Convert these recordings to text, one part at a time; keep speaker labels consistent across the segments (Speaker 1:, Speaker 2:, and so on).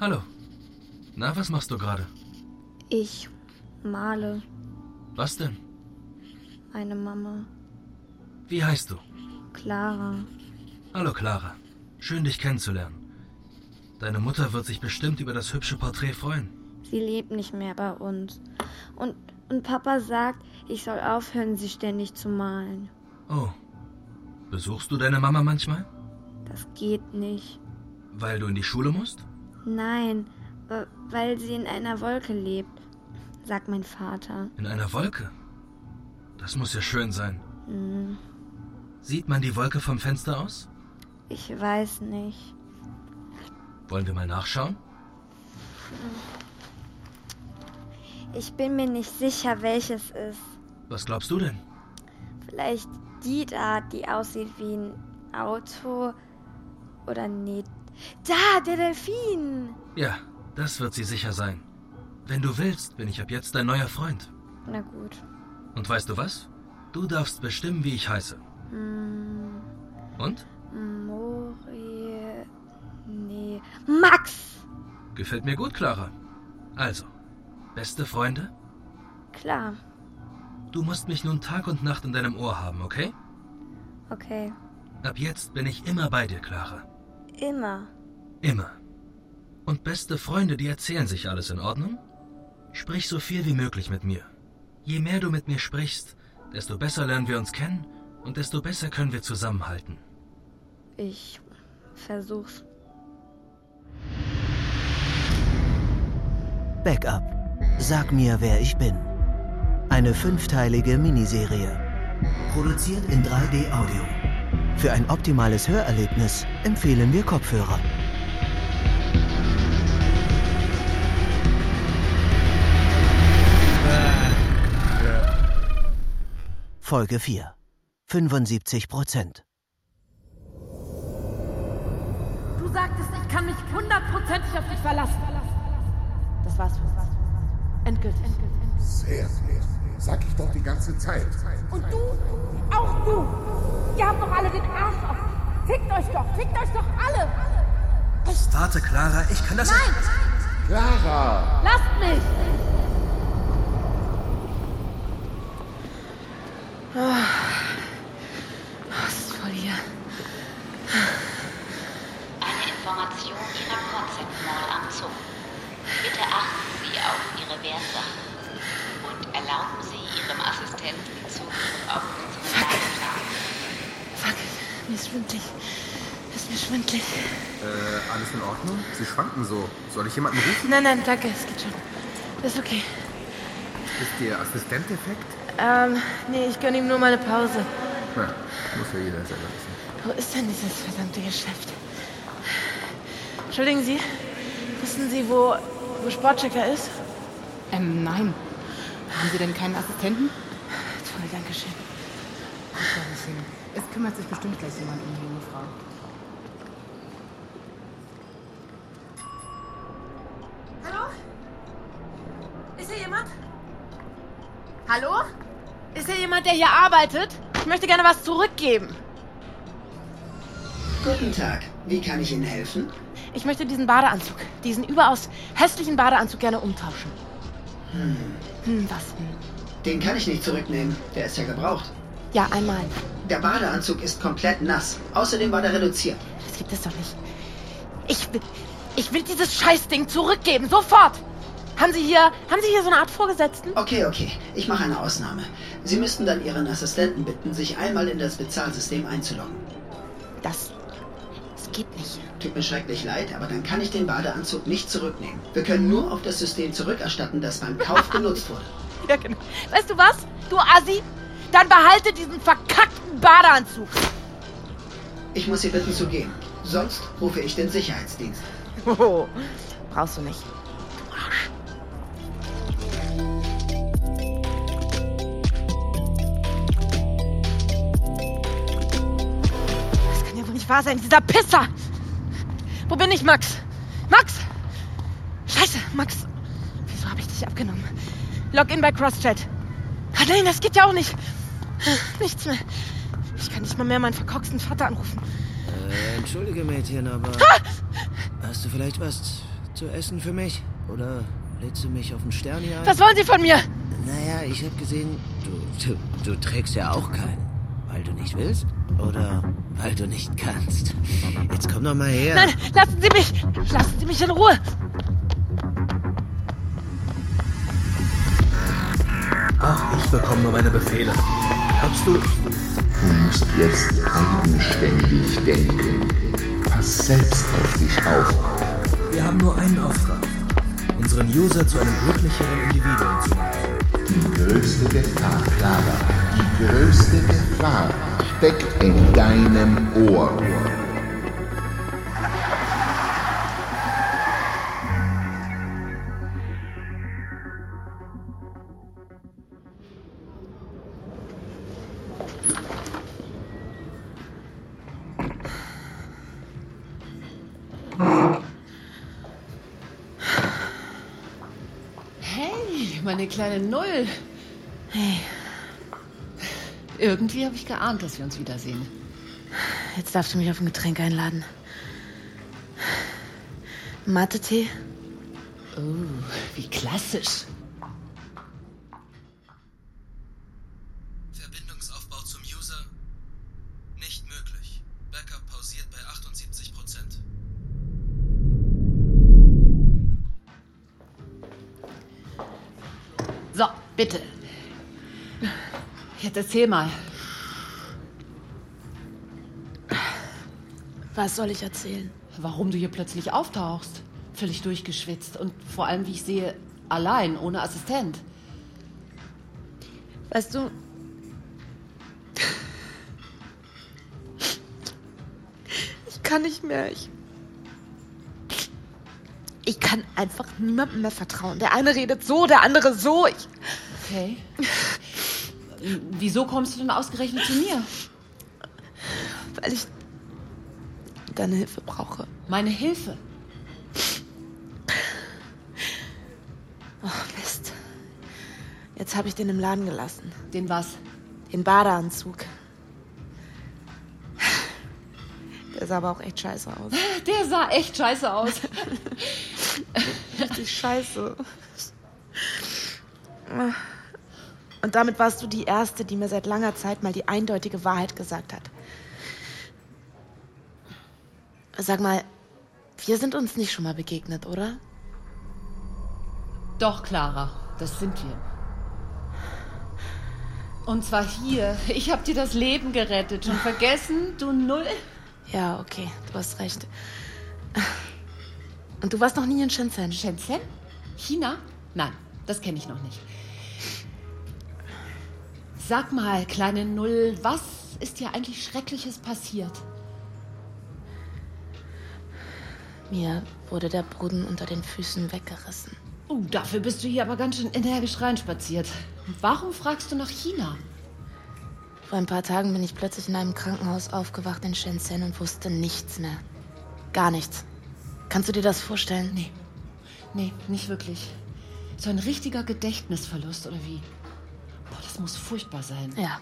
Speaker 1: Hallo. Na, was machst du gerade?
Speaker 2: Ich male
Speaker 1: Was denn?
Speaker 2: meine Mama,
Speaker 1: Wie heißt du?
Speaker 2: Clara.
Speaker 1: Hallo Clara. Schön dich kennenzulernen. Deine Mutter wird sich bestimmt über das hübsche Porträt freuen.
Speaker 2: Sie lebt nicht mehr bei uns. Und, und Papa sagt, ich soll aufhören, sie ständig zu malen.
Speaker 1: Oh. Besuchst du deine Mama manchmal?
Speaker 2: Das geht nicht.
Speaker 1: Weil du in die Schule musst?
Speaker 2: Nein, we- weil sie in einer Wolke lebt, sagt mein Vater.
Speaker 1: In einer Wolke? Das muss ja schön sein.
Speaker 2: Hm,
Speaker 1: Sieht man die Wolke vom Fenster aus?
Speaker 2: Ich weiß nicht.
Speaker 1: Wollen wir mal nachschauen?
Speaker 2: Ich bin mir nicht sicher, welches ist.
Speaker 1: Was glaubst du denn?
Speaker 2: Vielleicht die da, die aussieht wie ein Auto. Oder nee. Da, der Delfin!
Speaker 1: Ja, das wird sie sicher sein. Wenn du willst, bin ich ab jetzt dein neuer Freund.
Speaker 2: Na gut.
Speaker 1: Und weißt du was? Du darfst bestimmen, wie ich heiße.
Speaker 2: Hm,
Speaker 1: Und?
Speaker 2: Mori. Nee. Max!
Speaker 1: Gefällt mir gut, Clara. Also, beste Freunde,
Speaker 2: Klar.
Speaker 1: du musst mich nun Tag und Nacht in deinem Ohr haben, okay?
Speaker 2: Okay.
Speaker 1: Ab jetzt bin ich immer bei dir, Clara.
Speaker 2: Immer.
Speaker 1: Immer. Und beste Freunde, die erzählen sich alles in Ordnung? Sprich so viel wie möglich mit mir. Je mehr du mit mir sprichst, desto besser lernen wir uns kennen und desto besser können wir zusammenhalten.
Speaker 2: Ich versuch's.
Speaker 3: Backup. Sag mir, wer ich bin. Eine fünfteilige Miniserie. Produziert in 3D Audio. Für ein optimales Hörerlebnis empfehlen wir Kopfhörer. Folge 4. 75 Prozent.
Speaker 4: Du sagtest, ich kann mich hundertprozentig auf dich verlassen. Das war's für uns. Endgültig.
Speaker 5: Sehr, sag ich doch die ganze Zeit.
Speaker 4: Und du, auch du. Ihr habt doch alle den Arsch auf. Fickt euch doch, fickt euch doch alle.
Speaker 1: Warte, Clara, ich kann das.
Speaker 5: Clara!
Speaker 4: Lasst mich.
Speaker 6: Was ist voll hier?
Speaker 7: Eine Information Ihrer Concept Mall am Zoo. Bitte achten Sie auf Ihre Wertsachen und erlauben Sie Ihrem Assistenten Zugriff auf unseren Lageplan.
Speaker 6: Fuck, mir ist schwindlig. Ist mir schwindlig.
Speaker 8: Äh, alles in Ordnung? Sie schwanken so. Soll ich jemanden rufen?
Speaker 6: Nein, nein, danke, es geht schon. Ist okay.
Speaker 8: Ist Ihr Assistent defekt?
Speaker 6: Ähm, nee, ich gönn ihm nur meine Pause.
Speaker 8: Na, muss ja jeder selber wissen.
Speaker 6: Wo ist denn dieses verdammte Geschäft? Entschuldigen Sie, wissen Sie, wo, wo Sportchecker ist?
Speaker 9: Ähm, nein. Haben Sie denn keinen Assistenten?
Speaker 6: Toll, danke schön.
Speaker 9: Ich glaub nicht hin. Es kümmert sich bestimmt gleich jemand um die junge Frau.
Speaker 4: Hallo? Ist hier jemand? Hallo?
Speaker 9: Ist ja jemand, der hier arbeitet? Ich möchte gerne was zurückgeben.
Speaker 10: Guten Tag, wie kann ich Ihnen helfen?
Speaker 9: Ich möchte diesen Badeanzug, diesen überaus hässlichen Badeanzug gerne umtauschen. Hm. Hm, was? Hm.
Speaker 10: Den kann ich nicht zurücknehmen, der ist ja gebraucht.
Speaker 9: Ja, einmal.
Speaker 10: Der Badeanzug ist komplett nass, außerdem war der reduziert.
Speaker 9: Das gibt es doch nicht. Ich will, ich will dieses Scheißding zurückgeben, sofort! Haben Sie hier, haben Sie hier so eine Art Vorgesetzten?
Speaker 10: Okay, okay, ich mache eine Ausnahme. Sie müssten dann Ihren Assistenten bitten, sich einmal in das Bezahlsystem einzuloggen.
Speaker 9: Das, das geht nicht.
Speaker 10: Tut mir schrecklich leid, aber dann kann ich den Badeanzug nicht zurücknehmen. Wir können nur auf das System zurückerstatten, das beim Kauf genutzt wurde.
Speaker 9: Ja, genau. Weißt du was, du Assi? Dann behalte diesen verkackten Badeanzug.
Speaker 10: Ich muss Sie bitten zu gehen, sonst rufe ich den Sicherheitsdienst.
Speaker 9: Oh, brauchst du nicht. Du Arsch. Das kann ja wohl nicht wahr sein, dieser Pisser. Wo bin ich, Max? Max! Scheiße, Max. Wieso habe ich dich abgenommen? Login bei Crosschat. Ah, nein, das geht ja auch nicht. Nichts mehr. Ich kann nicht mal mehr meinen verkorksten Vater anrufen.
Speaker 3: Entschuldige, Mädchen, aber. Hast du vielleicht was
Speaker 11: zu essen für mich? Oder lädst du mich auf den Stern hier ein?
Speaker 9: Was wollen Sie von mir?
Speaker 11: Naja, ich habe gesehen, du, du, du trägst ja auch keinen. Weil du nicht willst? Oder weil du nicht kannst? Jetzt komm doch mal her.
Speaker 9: Nein, lassen Sie mich! Lassen Sie mich in Ruhe!
Speaker 1: Ach, ich bekomme nur meine Befehle. Habst du...
Speaker 12: Du musst jetzt eigenständig denken. Pass selbst auf dich auf.
Speaker 1: Wir haben nur einen Auftrag. Unseren User zu einem glücklicheren Individuum zu machen.
Speaker 12: Die größte Gefahr, Clara, die größte Gefahr steckt in deinem Ohr.
Speaker 6: meine kleine Null. Hey. Irgendwie habe ich geahnt, dass wir uns wiedersehen.
Speaker 9: Jetzt darfst du mich auf ein Getränk einladen. Mathe-Tee?
Speaker 6: Oh, wie klassisch.
Speaker 1: Verbindungsaufbau zum User nicht möglich. Backup pausiert bei 78 Prozent.
Speaker 6: So, bitte. Jetzt erzähl mal.
Speaker 9: Was soll ich erzählen?
Speaker 6: Warum du hier plötzlich auftauchst. Völlig durchgeschwitzt und vor allem, wie ich sehe, allein, ohne Assistent.
Speaker 9: Weißt du. Ich kann nicht mehr. Ich ich kann einfach niemandem mehr vertrauen. Der eine redet so, der andere so. Ich
Speaker 6: okay. Wieso kommst du denn ausgerechnet zu mir?
Speaker 9: Weil ich deine Hilfe brauche.
Speaker 6: Meine Hilfe?
Speaker 9: Oh, Mist. Jetzt habe ich den im Laden gelassen.
Speaker 6: Den was?
Speaker 9: Den Badeanzug. Der sah aber auch echt scheiße aus.
Speaker 6: Der sah echt scheiße aus.
Speaker 9: Richtig scheiße. Und damit warst du die Erste, die mir seit langer Zeit mal die eindeutige Wahrheit gesagt hat. Sag mal, wir sind uns nicht schon mal begegnet, oder?
Speaker 6: Doch, Clara, das sind wir. Und zwar hier. Ich hab dir das Leben gerettet. Schon vergessen, du Null?
Speaker 9: Ja, okay, du hast recht. Und du warst noch nie in Shenzhen?
Speaker 6: Shenzhen? China? Nein, das kenne ich noch nicht. Sag mal, kleine Null, was ist dir eigentlich Schreckliches passiert?
Speaker 9: Mir wurde der Boden unter den Füßen weggerissen.
Speaker 6: Oh, dafür bist du hier aber ganz schön energisch reinspaziert. Warum fragst du nach China?
Speaker 9: Vor ein paar Tagen bin ich plötzlich in einem Krankenhaus aufgewacht in Shenzhen und wusste nichts mehr. Gar nichts. Kannst du dir das vorstellen?
Speaker 6: Nee. Nee, nicht wirklich. So ein richtiger Gedächtnisverlust, oder wie? Boah, das muss furchtbar sein.
Speaker 9: Ja.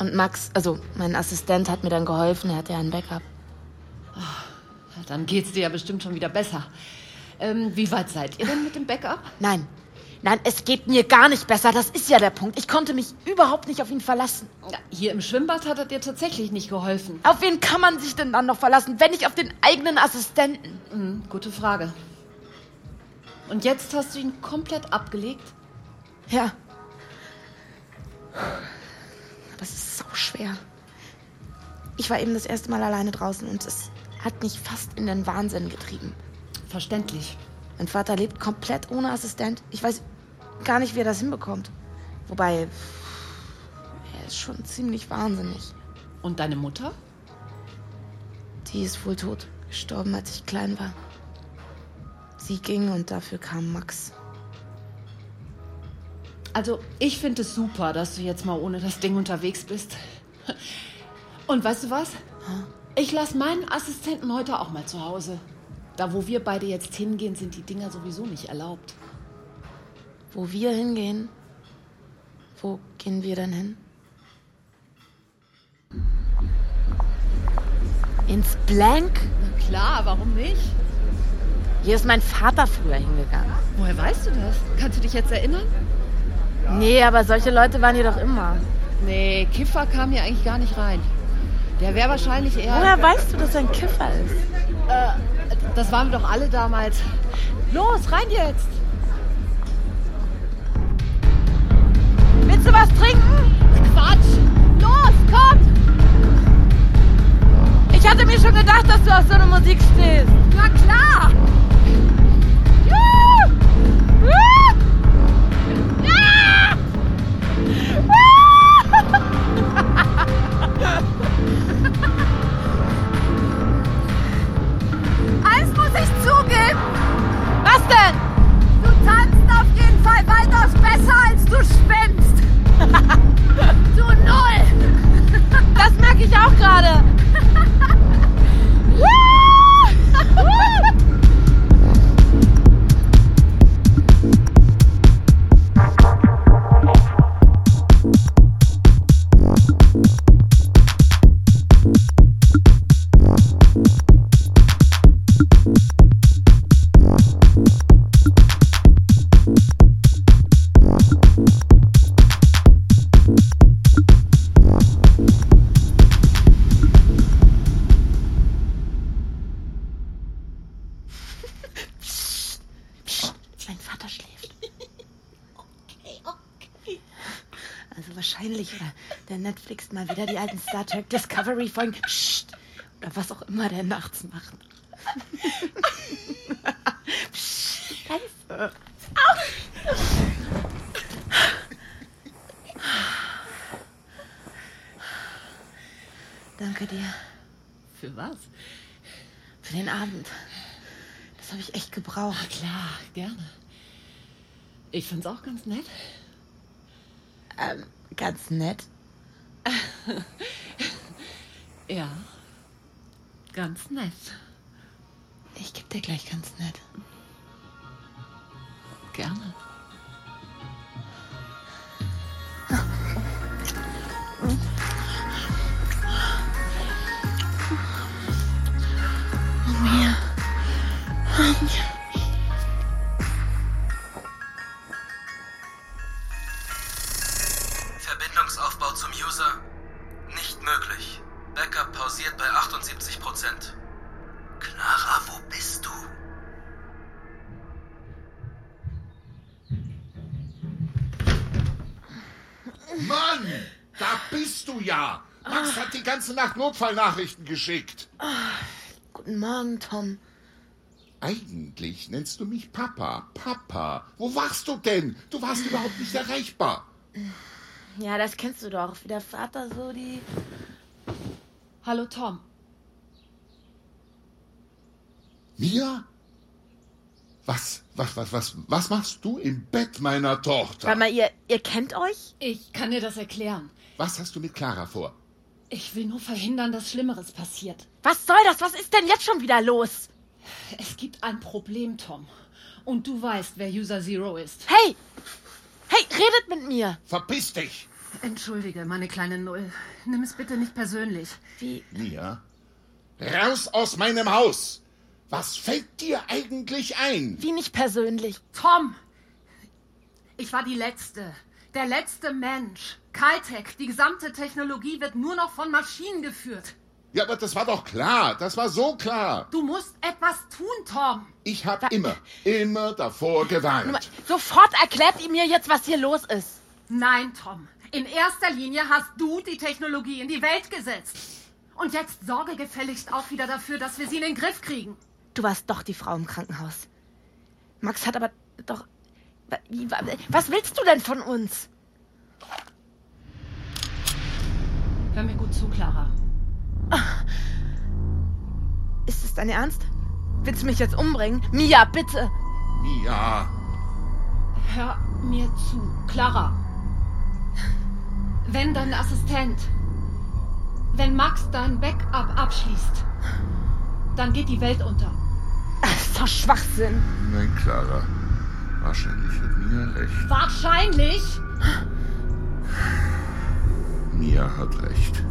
Speaker 9: Und Max, also mein Assistent, hat mir dann geholfen. Er hatte ja ein Backup.
Speaker 6: Oh, dann geht's dir ja bestimmt schon wieder besser. Ähm, wie weit seid ihr denn mit dem Backup?
Speaker 9: Nein, Nein, es geht mir gar nicht besser. Das ist ja der Punkt. Ich konnte mich überhaupt nicht auf ihn verlassen.
Speaker 6: Ja, hier im Schwimmbad hat er dir tatsächlich nicht geholfen.
Speaker 9: Auf wen kann man sich denn dann noch verlassen, wenn nicht auf den eigenen Assistenten?
Speaker 6: Mhm, gute Frage. Und jetzt hast du ihn komplett abgelegt?
Speaker 9: Ja. Aber es ist so schwer. Ich war eben das erste Mal alleine draußen und es hat mich fast in den Wahnsinn getrieben.
Speaker 6: Verständlich.
Speaker 9: Mein Vater lebt komplett ohne Assistent. Ich weiß gar nicht, wie er das hinbekommt. Wobei, er ist schon ziemlich wahnsinnig.
Speaker 6: Und deine Mutter?
Speaker 9: Die ist wohl tot, gestorben, als ich klein war. Sie ging und dafür kam Max.
Speaker 6: Also, ich finde es super, dass du jetzt mal ohne das Ding unterwegs bist. Und weißt du was? Huh? Ich lasse meinen Assistenten heute auch mal zu Hause. Da, wo wir beide jetzt hingehen, sind die Dinger sowieso nicht erlaubt.
Speaker 9: Wo wir hingehen? Wo gehen wir denn hin?
Speaker 6: Ins Blank? Na klar, warum nicht?
Speaker 9: Hier ist mein Vater früher hingegangen.
Speaker 6: Woher weißt du das? Kannst du dich jetzt erinnern?
Speaker 9: Nee, aber solche Leute waren hier doch immer.
Speaker 6: Nee, Kiffer kam hier eigentlich gar nicht rein. Der wäre wahrscheinlich eher.
Speaker 9: Woher weißt du, dass er ein Kiffer ist?
Speaker 6: Äh, das waren wir doch alle damals. Los, rein jetzt!
Speaker 9: Willst du was trinken?
Speaker 6: Quatsch!
Speaker 9: Los, komm! Ich hatte mir schon gedacht, dass du auf so eine Musik stehst.
Speaker 4: Na klar!
Speaker 9: Juhu! Juhu! Ja!
Speaker 4: Eins muss ich zugeben,
Speaker 9: Was denn?
Speaker 4: du tanzt auf jeden Fall weitaus besser, als du schwimmst. Du Null!
Speaker 9: Das merke ich auch gerade. Juhu! Juhu! Mein Vater schläft. Okay, okay. Also wahrscheinlich, oder der Netflix mal wieder die alten Star Trek Discovery Folgen. Psst. Oder was auch immer der nachts macht. Psst. Scheiße. Danke dir
Speaker 6: Für was?
Speaker 9: für den Abend. Das habe ich echt gebraucht.
Speaker 6: Oh, Klar, gerne. Ich fand's auch ganz nett.
Speaker 9: Ähm, ganz nett.
Speaker 6: Ja. Ganz nett.
Speaker 9: Ich geb dir gleich ganz nett.
Speaker 6: Gerne.
Speaker 1: Verbindungsaufbau zum User nicht möglich. Backup pausiert bei 78 Prozent. Clara, wo bist du?
Speaker 5: Mann, da bist du ja. Max hat die ganze Nacht Notfallnachrichten geschickt.
Speaker 9: Guten Morgen, Tom.
Speaker 5: Eigentlich nennst du mich Papa. Papa, wo warst du denn? Du warst überhaupt nicht erreichbar.
Speaker 9: Ja, das kennst du doch. Wie der Vater so die.
Speaker 6: Hallo Tom.
Speaker 5: Mia? Was, was, was, was, was machst du im Bett meiner
Speaker 9: Warte
Speaker 5: Tochter?
Speaker 9: mal, ihr, ihr kennt euch?
Speaker 6: Ich kann dir das erklären.
Speaker 5: Was hast du mit Clara vor?
Speaker 6: Ich will nur verhindern, dass Schlimmeres passiert.
Speaker 9: Was soll das? Was ist denn jetzt schon wieder los?
Speaker 6: Es gibt ein Problem, Tom. Und du weißt, wer User Zero ist.
Speaker 9: Hey! Hey, redet mit mir!
Speaker 5: Verpiss dich!
Speaker 4: Entschuldige, meine kleine Null. Nimm es bitte nicht persönlich.
Speaker 9: Wie?
Speaker 5: Mia? Raus aus meinem Haus! Was fällt dir eigentlich ein?
Speaker 9: Wie nicht persönlich?
Speaker 4: Tom! Ich war die Letzte. Der letzte Mensch. Caltech, die gesamte Technologie wird nur noch von Maschinen geführt.
Speaker 5: Ja, aber das war doch klar. Das war so klar.
Speaker 4: Du musst etwas tun, Tom.
Speaker 5: Ich habe immer, immer davor gewarnt.
Speaker 9: Sofort erklärt ihr mir jetzt, was hier los ist.
Speaker 4: Nein, Tom. In erster Linie hast du die Technologie in die Welt gesetzt. Und jetzt sorge gefälligst auch wieder dafür, dass wir sie in den Griff kriegen.
Speaker 9: Du warst doch die Frau im Krankenhaus. Max hat aber doch. Wie- Was willst du denn von uns?
Speaker 6: Hör mir gut zu, Clara.
Speaker 9: Ist es dein Ernst? Willst du mich jetzt umbringen? Mia, bitte!
Speaker 5: Mia,
Speaker 6: Hör mir zu, Clara. Wenn dein Assistent, wenn Max dein Backup abschließt, dann geht die Welt unter.
Speaker 9: Das ist doch Schwachsinn.
Speaker 5: nein, Clara. Wahrscheinlich hat Mia recht.
Speaker 6: Wahrscheinlich.
Speaker 5: Mia hat recht.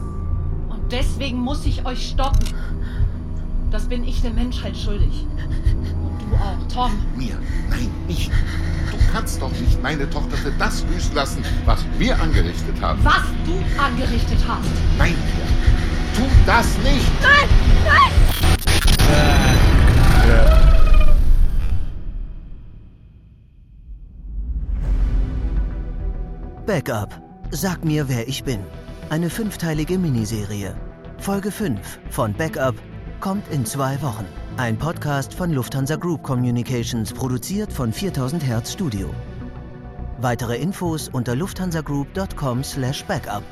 Speaker 6: Und deswegen muss ich euch stoppen. Das bin ich der Menschheit schuldig. Und du auch. Tom.
Speaker 5: Mir. Nein, nicht. Du kannst doch nicht meine Tochter für das büßen lassen, was wir angerichtet haben.
Speaker 6: Was du angerichtet hast.
Speaker 5: Nein, Mia. Tu das nicht.
Speaker 9: Nein! Nein!
Speaker 3: Backup. Sag mir, wer ich bin. Eine fünfteilige Miniserie. Folge 5 von Backup kommt in zwei Wochen. Ein Podcast von Lufthansa Group Communications, produziert von 4000 Hertz Studio. Weitere Infos unter lufthansagroup.com/backup.